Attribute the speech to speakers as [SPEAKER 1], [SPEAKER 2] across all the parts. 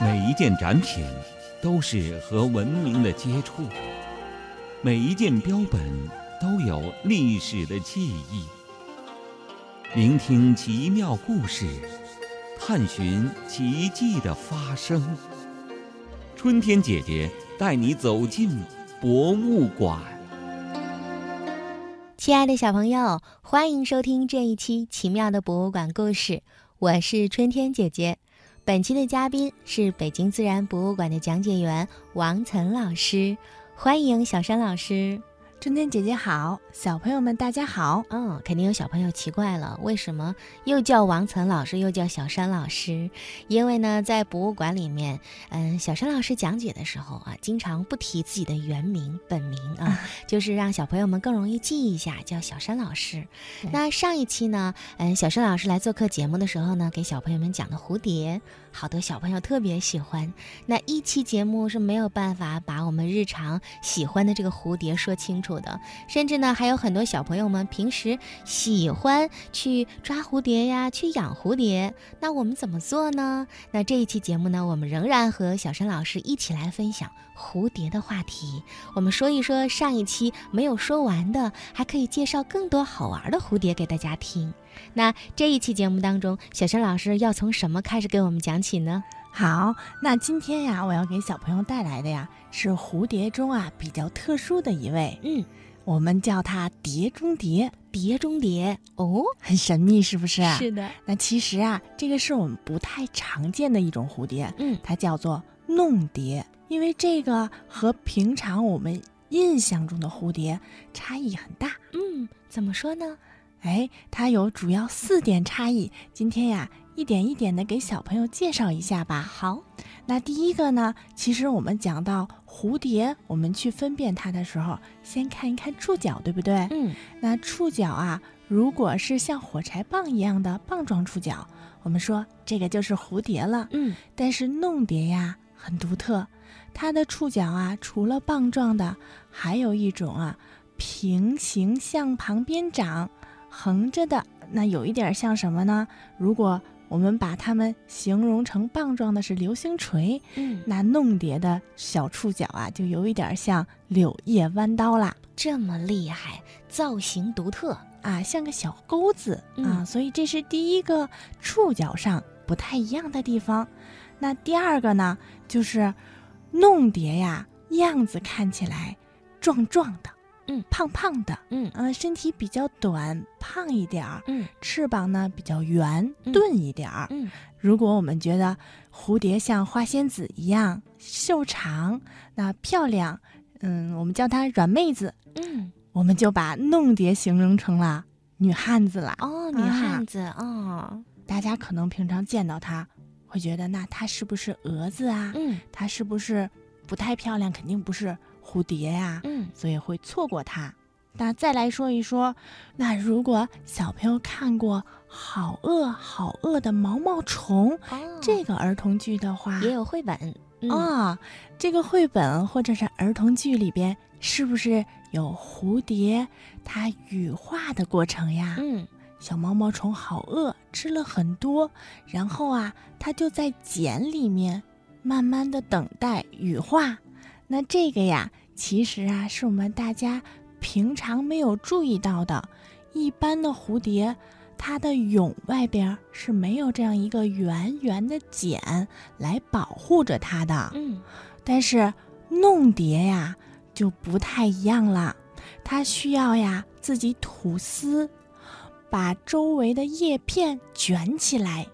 [SPEAKER 1] 每一件展品都是和文明的接触，每一件标本都有历史的记忆。聆听奇妙故事，探寻奇迹的发生。春天姐姐带你走进博物馆。
[SPEAKER 2] 亲爱的小朋友，欢迎收听这一期《奇妙的博物馆故事》，我是春天姐姐。本期的嘉宾是北京自然博物馆的讲解员王岑老师，欢迎小山老师。
[SPEAKER 3] 春天姐姐好，小朋友们大家好。
[SPEAKER 2] 嗯，肯定有小朋友奇怪了，为什么又叫王岑老师，又叫小山老师？因为呢，在博物馆里面，嗯，小山老师讲解的时候啊，经常不提自己的原名、本名啊， 就是让小朋友们更容易记一下，叫小山老师。那上一期呢，嗯，小山老师来做客节目的时候呢，给小朋友们讲的蝴蝶，好多小朋友特别喜欢。那一期节目是没有办法把我们日常喜欢的这个蝴蝶说清楚的，甚至呢，还有很多小朋友们平时喜欢去抓蝴蝶呀，去养蝴蝶。那我们怎么做呢？那这一期节目呢，我们仍然和小山老师一起来分享蝴蝶的话题。我们说一说上一期没有说完的，还可以介绍更多好玩的蝴蝶给大家听。那这一期节目当中，小山老师要从什么开始给我们讲起呢？
[SPEAKER 3] 好，那今天呀，我要给小朋友带来的呀，是蝴蝶中啊比较特殊的一位，
[SPEAKER 2] 嗯，
[SPEAKER 3] 我们叫它蝶中蝶，
[SPEAKER 2] 蝶中蝶哦，
[SPEAKER 3] 很神秘，是不是啊？
[SPEAKER 2] 的，
[SPEAKER 3] 那其实啊，这个是我们不太常见的一种蝴蝶，
[SPEAKER 2] 嗯
[SPEAKER 3] 它叫做弄蝶，因为这个和平常我们印象中的蝴蝶差异很大。
[SPEAKER 2] 嗯，怎么说呢？
[SPEAKER 3] 哎，它有主要四点差异，今天呀，一点一点的给小朋友介绍一下吧。
[SPEAKER 2] 好，
[SPEAKER 3] 那第一个呢，其实我们讲到蝴蝶，我们去分辨它的时候，先看一看触角，对不对？
[SPEAKER 2] 嗯
[SPEAKER 3] 那触角啊，如果是像火柴棒一样的棒状触角，我们说这个就是蝴蝶了。
[SPEAKER 2] 嗯
[SPEAKER 3] 但是弄蝶呀很独特，它的触角啊，除了棒状的，还有一种啊平行向旁边长，横着的。那有一点像什么呢？如果我们把它们形容成棒状的是流星锤，
[SPEAKER 2] 嗯，
[SPEAKER 3] 那弄蝶的小触角啊，就有一点像柳叶弯刀啦，
[SPEAKER 2] 这么厉害，造型独特，
[SPEAKER 3] 啊，像个小钩子、啊，
[SPEAKER 2] 嗯
[SPEAKER 3] 所以这是第一个触角上不太一样的地方。那第二个呢，就是弄蝶呀，样子看起来壮壮的，
[SPEAKER 2] 嗯，
[SPEAKER 3] 胖胖的，
[SPEAKER 2] 嗯
[SPEAKER 3] 呃，身体比较短，胖一点儿，
[SPEAKER 2] 嗯
[SPEAKER 3] 翅膀呢比较圆，
[SPEAKER 2] 嗯
[SPEAKER 3] 钝一点儿。
[SPEAKER 2] 嗯
[SPEAKER 3] 如果我们觉得蝴蝶像花仙子一样袖长，那漂亮，嗯，我们叫它软妹子，
[SPEAKER 2] 嗯，
[SPEAKER 3] 我们就把弄蝶形容成了女汉子啦。
[SPEAKER 2] 哦，女
[SPEAKER 3] 啊
[SPEAKER 2] 汉子哦，
[SPEAKER 3] 大家可能平常见到她，会觉得那她是不是蛾子啊？
[SPEAKER 2] 嗯
[SPEAKER 3] 她是不是不太漂亮？肯定不是蝴蝶呀、
[SPEAKER 2] 嗯
[SPEAKER 3] 所以会错过她。那再来说一说，那如果小朋友看过《好饿好饿的毛毛虫》
[SPEAKER 2] 哦，
[SPEAKER 3] 这个儿童剧的话，
[SPEAKER 2] 也有绘本嗯
[SPEAKER 3] 啊、这个绘本或者是儿童剧里边，是不是有蝴蝶它羽化的过程呀？
[SPEAKER 2] 嗯
[SPEAKER 3] 小毛毛虫好饿，吃了很多，然后啊，它就在茧里面慢慢的等待羽化。那这个呀，其实啊，是我们大家平常没有注意到的。一般的蝴蝶，它的蛹外边儿是没有这样一个圆圆的茧来保护着它的。
[SPEAKER 2] 嗯
[SPEAKER 3] 但是弄蝶呀就不太一样了，它需要呀自己吐丝，把周围的叶片卷起来，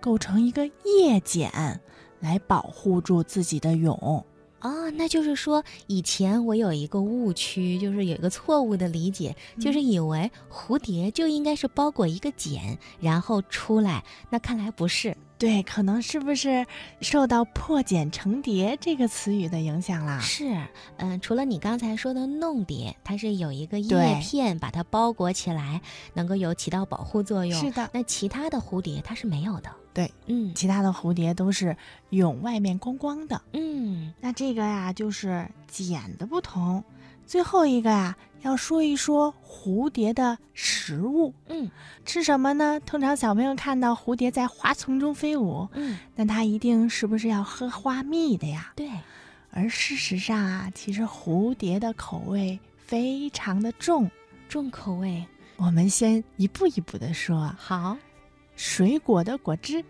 [SPEAKER 3] 构成一个叶茧，来保护住自己的蛹。
[SPEAKER 2] 哦，那就是说，以前我有一个误区，就是有一个错误的理解，就
[SPEAKER 3] 嗯
[SPEAKER 2] 是以为蝴蝶就应该是包裹一个茧，然后出来。那看来不是，
[SPEAKER 3] 对，可能是不是受到“破茧成蝶”这个词语的影响啦？
[SPEAKER 2] 是，嗯、除了你刚才说的弄蝶，它是有一个叶
[SPEAKER 3] 对
[SPEAKER 2] 片把它包裹起来，能够有起到保护作用。
[SPEAKER 3] 的，
[SPEAKER 2] 那其他的蝴蝶它是没有的。
[SPEAKER 3] 对，
[SPEAKER 2] 嗯
[SPEAKER 3] 其他的蝴蝶都是蛹外面光光的。
[SPEAKER 2] 嗯
[SPEAKER 3] 那这个呀，就是茧的不同。最后一个呀、要说一说蝴蝶的食物
[SPEAKER 2] 嗯
[SPEAKER 3] 吃什么呢？通常小朋友看到蝴蝶在花丛中飞舞，
[SPEAKER 2] 嗯，
[SPEAKER 3] 那它一定是不是要喝花蜜的呀？
[SPEAKER 2] 对，
[SPEAKER 3] 而事实上啊，其实蝴蝶的口味非常的重。
[SPEAKER 2] 重口味
[SPEAKER 3] 我们先一步一步的说啊，
[SPEAKER 2] 好，
[SPEAKER 3] 水果的果汁，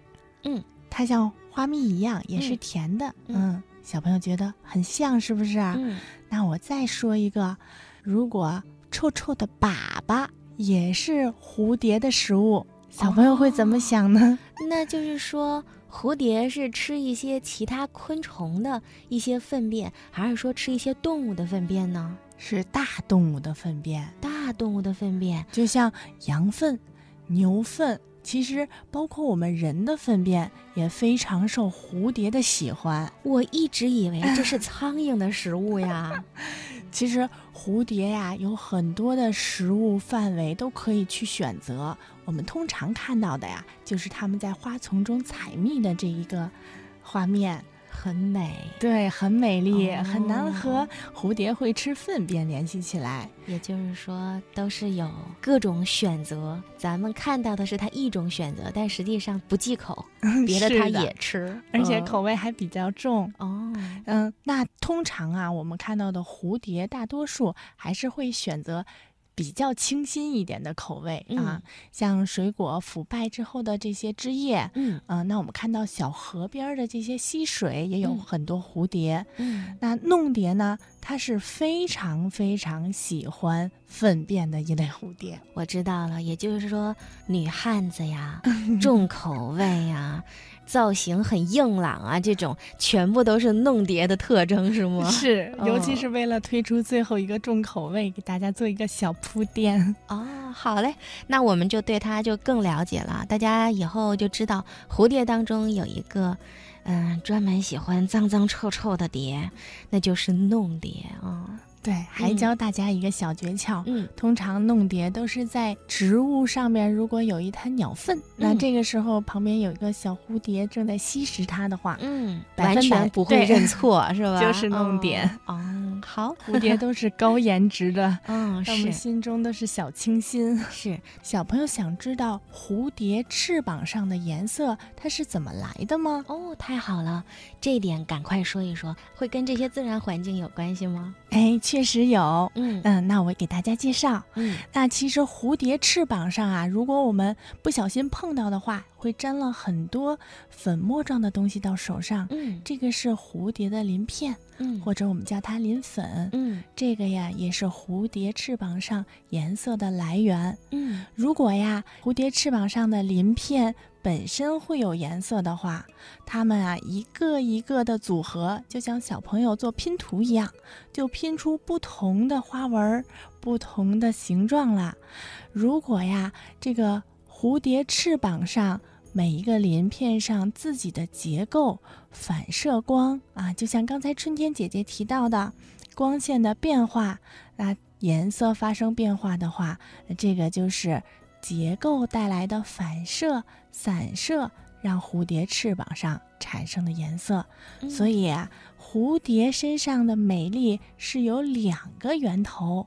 [SPEAKER 2] 嗯，
[SPEAKER 3] 它像花蜜一样，也是
[SPEAKER 2] 嗯
[SPEAKER 3] 甜的，
[SPEAKER 2] 嗯
[SPEAKER 3] 嗯小朋友觉得很像，是不是啊？
[SPEAKER 2] 嗯
[SPEAKER 3] 那我再说一个，如果臭臭的粑粑也是蝴蝶的食物，小朋友会怎么想呢？
[SPEAKER 2] 那就是说，蝴蝶是吃一些其他昆虫的一些粪便，还是说吃一些动物的粪便呢？
[SPEAKER 3] 是大动物的粪便，
[SPEAKER 2] 大动物的粪便，
[SPEAKER 3] 就像羊粪、牛粪，其实包括我们人的粪便也非常受蝴蝶的喜欢。
[SPEAKER 2] 我一直以为这是苍蝇的食物呀。
[SPEAKER 3] 其实蝴蝶呀、有很多的食物范围都可以去选择。我们通常看到的呀，就是它们在花丛中采蜜的这一个画面，
[SPEAKER 2] 很美，
[SPEAKER 3] 对，很美丽，
[SPEAKER 2] 哦
[SPEAKER 3] 很难和蝴蝶会吃粪便联系起来。
[SPEAKER 2] 也就是说都是有各种选择。咱们看到的是它一种选择，但实际上不忌 口，别的
[SPEAKER 3] 是
[SPEAKER 2] 它也吃，
[SPEAKER 3] 而且
[SPEAKER 2] 嗯
[SPEAKER 3] 口味还比较重。
[SPEAKER 2] 哦，
[SPEAKER 3] 嗯，那通常啊，我们看到的蝴蝶大多数还是会选择比较清新一点的口味、
[SPEAKER 2] 嗯，
[SPEAKER 3] 啊像水果腐败之后的这些枝叶。
[SPEAKER 2] 嗯
[SPEAKER 3] 嗯、那我们看到小河边儿的这些溪水也有
[SPEAKER 2] 嗯
[SPEAKER 3] 很多蝴蝶。
[SPEAKER 2] 嗯，
[SPEAKER 3] 那弄蝶呢，它是非常非常喜欢粪便的一类蝴蝶。
[SPEAKER 2] 我知道了。也就是说，女汉子 呀，重口味呀，造型很硬朗啊，这种全部都是弄蝶的特征，是吗？
[SPEAKER 3] 是尤其
[SPEAKER 2] 哦
[SPEAKER 3] 是为了推出最后一个重口味，给大家做一个小铺垫。
[SPEAKER 2] 哦，好嘞，那我们就对它就更了解了。大家以后就知道，蝴蝶当中有一个，嗯、专门喜欢脏脏臭臭的蝶，那就是弄蝶啊。
[SPEAKER 3] 对，还
[SPEAKER 2] 嗯
[SPEAKER 3] 教大家一个小诀窍，
[SPEAKER 2] 嗯
[SPEAKER 3] 通常弄蝶都是在植物上面，如果有一滩鸟粪，那
[SPEAKER 2] 嗯
[SPEAKER 3] 这个时候旁边有一个小蝴蝶正在吸食它的话，
[SPEAKER 2] 嗯，
[SPEAKER 3] 百
[SPEAKER 2] 完
[SPEAKER 3] 分
[SPEAKER 2] 全
[SPEAKER 3] 百
[SPEAKER 2] 不会
[SPEAKER 3] 对
[SPEAKER 2] 认错， 是吧？
[SPEAKER 3] 就是弄蝶
[SPEAKER 2] 哦。哦，好，，
[SPEAKER 3] 蝴蝶都是高颜值的
[SPEAKER 2] 嗯，
[SPEAKER 3] 在我们
[SPEAKER 2] 是
[SPEAKER 3] 心中都是小清新。
[SPEAKER 2] 是，
[SPEAKER 3] 小朋友想知道蝴蝶翅膀上的颜色它是怎么来的吗？
[SPEAKER 2] 哦，太好了，这一点赶快说一说，会跟这些自然环境有关系吗？
[SPEAKER 3] 哎，确实有。
[SPEAKER 2] 嗯
[SPEAKER 3] 嗯，那我给大家介绍。
[SPEAKER 2] 嗯，
[SPEAKER 3] 那其实蝴蝶翅膀上啊，如果我们不小心碰到的话，会沾了很多粉末状的东西到手上。
[SPEAKER 2] 嗯
[SPEAKER 3] 这个是蝴蝶的鳞片，
[SPEAKER 2] 嗯
[SPEAKER 3] 或者我们叫它鳞粉。
[SPEAKER 2] 嗯
[SPEAKER 3] 这个呀，也是蝴蝶翅膀上颜色的来源。
[SPEAKER 2] 嗯
[SPEAKER 3] 如果呀，蝴蝶翅膀上的鳞片本身会有颜色的话，它们啊一个一个的组合，就像小朋友做拼图一样，就拼出不同的花纹儿、不同的形状啦。如果呀，这个蝴蝶翅膀上每一个鳞片上自己的结构反射光啊，就像刚才春天姐姐提到的光线的变化，那颜色发生变化的话，这个就是结构带来的反射、散射，让蝴蝶翅膀上产生的颜色。
[SPEAKER 2] 嗯，
[SPEAKER 3] 所以啊，蝴蝶身上的美丽是有两个源头，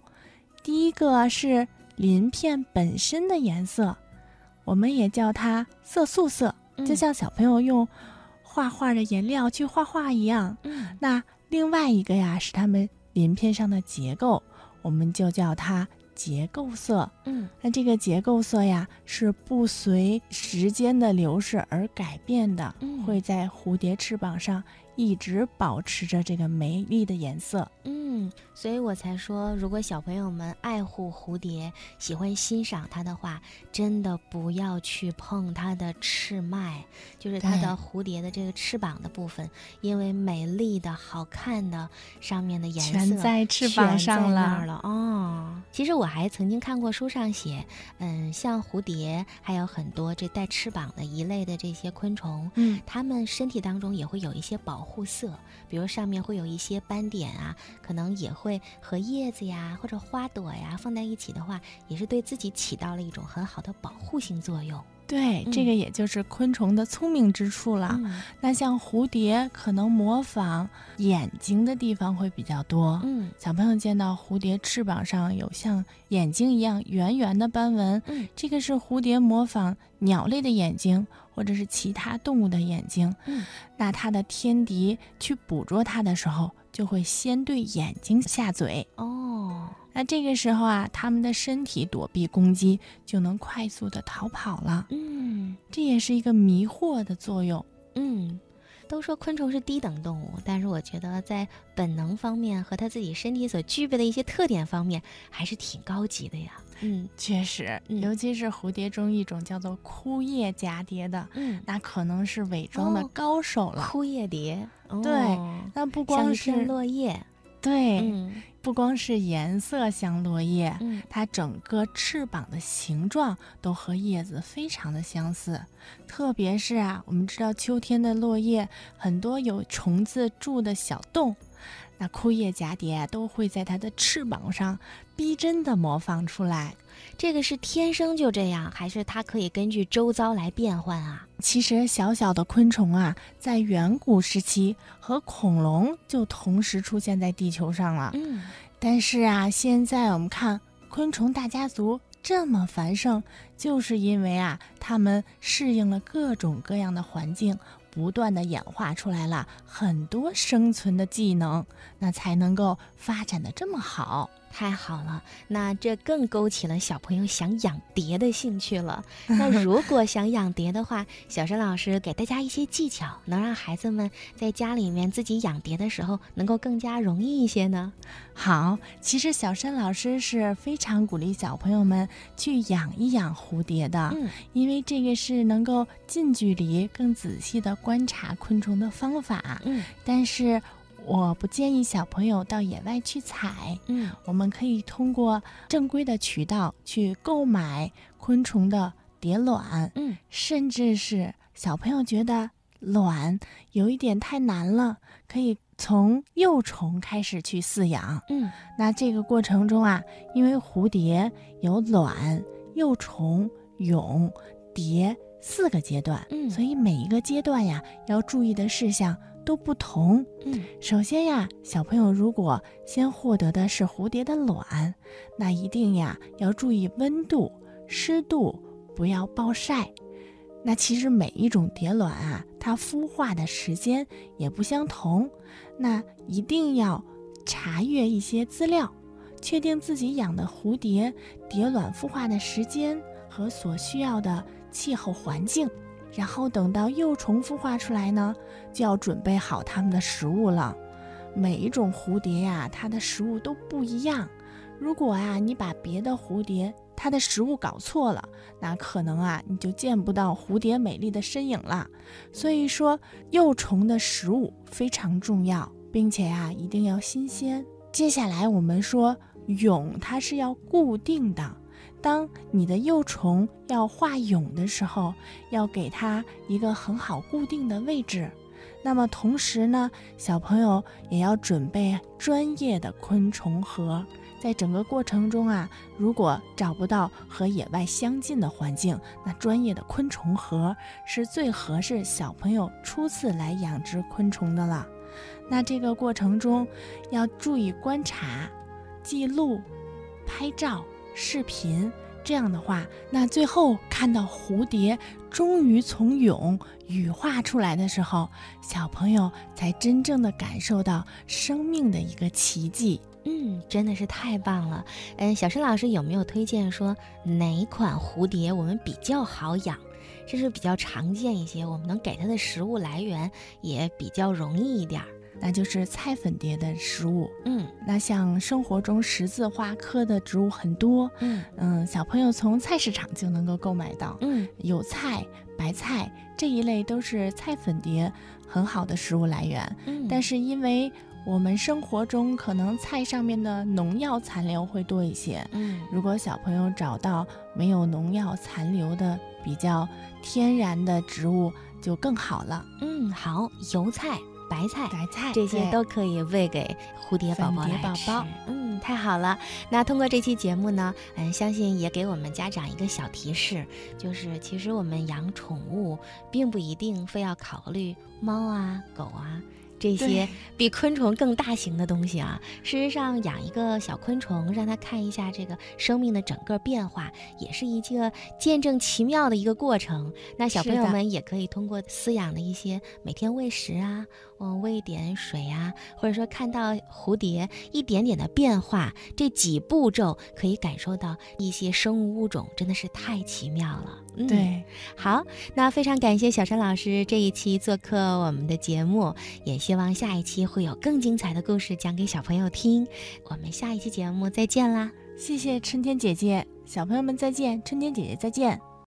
[SPEAKER 3] 第一个是鳞片本身的颜色，我们也叫它色素色，就
[SPEAKER 2] 嗯
[SPEAKER 3] 像小朋友用画画的颜料去画画一样。
[SPEAKER 2] 嗯
[SPEAKER 3] 那另外一个呀是它们鳞片上的结构，我们就叫它结构色。
[SPEAKER 2] 嗯
[SPEAKER 3] 那这个结构色呀是不随时间的流逝而改变的，
[SPEAKER 2] 嗯
[SPEAKER 3] 会在蝴蝶翅膀上一直保持着这个美丽的颜色。
[SPEAKER 2] 嗯，所以我才说，如果小朋友们爱护蝴蝶，喜欢欣赏它的话，真的不要去碰它的翅脉，就是它
[SPEAKER 3] 对
[SPEAKER 2] 的蝴蝶的这个翅膀的部分，因为美丽的、好看的上面的颜色
[SPEAKER 3] 全在翅膀上
[SPEAKER 2] 全在那儿
[SPEAKER 3] 了，
[SPEAKER 2] 了哦。其实我还曾经看过书上写，嗯，像蝴蝶，还有很多这带翅膀的一类的这些昆虫，
[SPEAKER 3] 嗯，
[SPEAKER 2] 它们身体当中也会有一些保护色，比如上面会有一些斑点啊，可能也会和叶子呀或者花朵呀放在一起的话，也是对自己起到了一种很好的保护性作用。
[SPEAKER 3] 对，这
[SPEAKER 2] 嗯
[SPEAKER 3] 个也就是昆虫的聪明之处了。
[SPEAKER 2] 嗯
[SPEAKER 3] 那像蝴蝶，可能模仿眼睛的地方会比较多。
[SPEAKER 2] 嗯
[SPEAKER 3] 小朋友见到蝴蝶翅膀上有像眼睛一样圆圆的斑纹，
[SPEAKER 2] 嗯
[SPEAKER 3] 这个是蝴蝶模仿鸟类的眼睛，或者是其他动物的眼睛。
[SPEAKER 2] 嗯
[SPEAKER 3] 那它的天敌去捕捉它的时候，就会先对眼睛下嘴。
[SPEAKER 2] 哦，
[SPEAKER 3] 那这个时候啊，它们的身体躲避攻击，就能快速的逃跑了。
[SPEAKER 2] 嗯
[SPEAKER 3] 这也是一个迷惑的作用。
[SPEAKER 2] 嗯，都说昆虫是低等动物，但是我觉得在本能方面和它自己身体所具备的一些特点方面，还是挺高级的呀。嗯
[SPEAKER 3] 确实，
[SPEAKER 2] 嗯
[SPEAKER 3] 尤其是蝴蝶中一种叫做枯叶蛱蝶的，
[SPEAKER 2] 嗯，
[SPEAKER 3] 那可能是伪装的
[SPEAKER 2] 哦
[SPEAKER 3] 高手了。
[SPEAKER 2] 枯叶蝶，哦
[SPEAKER 3] 对，那不
[SPEAKER 2] 像
[SPEAKER 3] 光
[SPEAKER 2] 一片
[SPEAKER 3] 是
[SPEAKER 2] 落叶。
[SPEAKER 3] 对，
[SPEAKER 2] 嗯
[SPEAKER 3] 不光是颜色像落叶，
[SPEAKER 2] 嗯
[SPEAKER 3] 它整个翅膀的形状都和叶子非常的相似。特别是啊，我们知道秋天的落叶很多有虫子住的小洞，那枯叶蛱蝶啊都会在它的翅膀上逼真的模仿出来。
[SPEAKER 2] 这个是天生就这样，还是它可以根据周遭来变换啊？
[SPEAKER 3] 其实，小小的昆虫啊，在远古时期和恐龙就同时出现在地球上了。
[SPEAKER 2] 嗯
[SPEAKER 3] 但是啊，现在我们看昆虫大家族这么繁盛，就是因为啊，它们适应了各种各样的环境，不断的演化出来了很多生存的技能，那才能够发展的这么好。
[SPEAKER 2] 太好了，那这更勾起了小朋友想养蝶的兴趣 了。那如果想养蝶的话，小山老师给大家一些技巧，能让孩子们在家里面自己养蝶的时候能够更加容易一些呢？
[SPEAKER 3] 好，其实小山老师是非常鼓励小朋友们去养一养蝴蝶的。
[SPEAKER 2] 嗯
[SPEAKER 3] 因为这个是能够近距离、更仔细地观察昆虫的方法。
[SPEAKER 2] 嗯
[SPEAKER 3] 但是，我不建议小朋友到野外去采。
[SPEAKER 2] 嗯
[SPEAKER 3] 我们可以通过正规的渠道去购买昆虫的蝶卵，
[SPEAKER 2] 嗯
[SPEAKER 3] 甚至是小朋友觉得卵有一点太难了，可以从幼虫开始去饲养。
[SPEAKER 2] 嗯
[SPEAKER 3] 那这个过程中啊，因为蝴蝶有卵、幼虫、蛹、蝶四个阶段，
[SPEAKER 2] 嗯
[SPEAKER 3] 所以每一个阶段呀，要注意的事项都不同。
[SPEAKER 2] 嗯
[SPEAKER 3] 首先呀，小朋友如果先获得的是蝴蝶的卵，那一定呀要注意温度、湿度，不要暴晒。那其实每一种蝶卵啊，它孵化的时间也不相同，那一定要查阅一些资料，确定自己养的蝴蝶蝶卵孵化的时间和所需要的气候环境。然后等到幼虫孵化出来呢，就要准备好它们的食物了。每一种蝴蝶呀、它的食物都不一样。如果啊，你把别的蝴蝶它的食物搞错了，那可能啊，你就见不到蝴蝶美丽的身影了。所以说，幼虫的食物非常重要，并且啊，一定要新鲜。接下来我们说，蛹它是要固定的。当你的幼虫要化蛹的时候，要给它一个很好固定的位置。那么同时呢，小朋友也要准备专业的昆虫盒。在整个过程中啊，如果找不到和野外相近的环境，那专业的昆虫盒是最合适小朋友初次来养殖昆虫的了。那这个过程中要注意观察、记录、拍照、视频，这样的话，那最后看到蝴蝶终于从蛹羽化出来的时候，小朋友才真正的感受到生命的一个奇迹。
[SPEAKER 2] 嗯，真的是太棒了。嗯，小申老师有没有推荐说哪款蝴蝶我们比较好养？甚至比较常见一些，我们能给它的食物来源也比较容易一点儿。
[SPEAKER 3] 那就是菜粉蝶的食物。
[SPEAKER 2] 嗯
[SPEAKER 3] 那像生活中十字花科的植物很多，
[SPEAKER 2] 嗯
[SPEAKER 3] 嗯，小朋友从菜市场就能够购买到。
[SPEAKER 2] 嗯
[SPEAKER 3] 有菜、白菜这一类都是菜粉蝶很好的食物来源。
[SPEAKER 2] 嗯，
[SPEAKER 3] 但是因为我们生活中可能菜上面的农药残留会多一些，
[SPEAKER 2] 嗯
[SPEAKER 3] 如果小朋友找到没有农药残留的比较天然的植物，就更好了。
[SPEAKER 2] 嗯，好，油菜、白菜
[SPEAKER 3] 白菜
[SPEAKER 2] 这些
[SPEAKER 3] 对
[SPEAKER 2] 都可以喂给蝴蝶宝宝
[SPEAKER 3] 粉蝶
[SPEAKER 2] 来
[SPEAKER 3] 宝
[SPEAKER 2] 吃
[SPEAKER 3] 宝。
[SPEAKER 2] 嗯，太好了！那通过这期节目呢，嗯，相信也给我们家长一个小提示，就是其实我们养宠物，并不一定非要考虑猫啊、狗啊这些
[SPEAKER 3] 对
[SPEAKER 2] 比昆虫更大型的东西啊。事实上，养一个小昆虫，让它看一下这个生命的整个变化，也是一个见证奇妙的一个过程。那小
[SPEAKER 3] 是
[SPEAKER 2] 朋友
[SPEAKER 3] 的
[SPEAKER 2] 们也可以通过饲养的一些每天喂食啊，嗯，喂一点水啊，或者说看到蝴蝶一点点的变化，这几步骤可以感受到一些生物物种真的是太奇妙了。嗯，
[SPEAKER 3] 对，
[SPEAKER 2] 好，那非常感谢小山老师这一期做客我们的节目，也希望下一期会有更精彩的故事讲给小朋友听。我们下一期节目再见啦！
[SPEAKER 3] 谢谢春天姐姐，小朋友们再见，春天姐姐再见。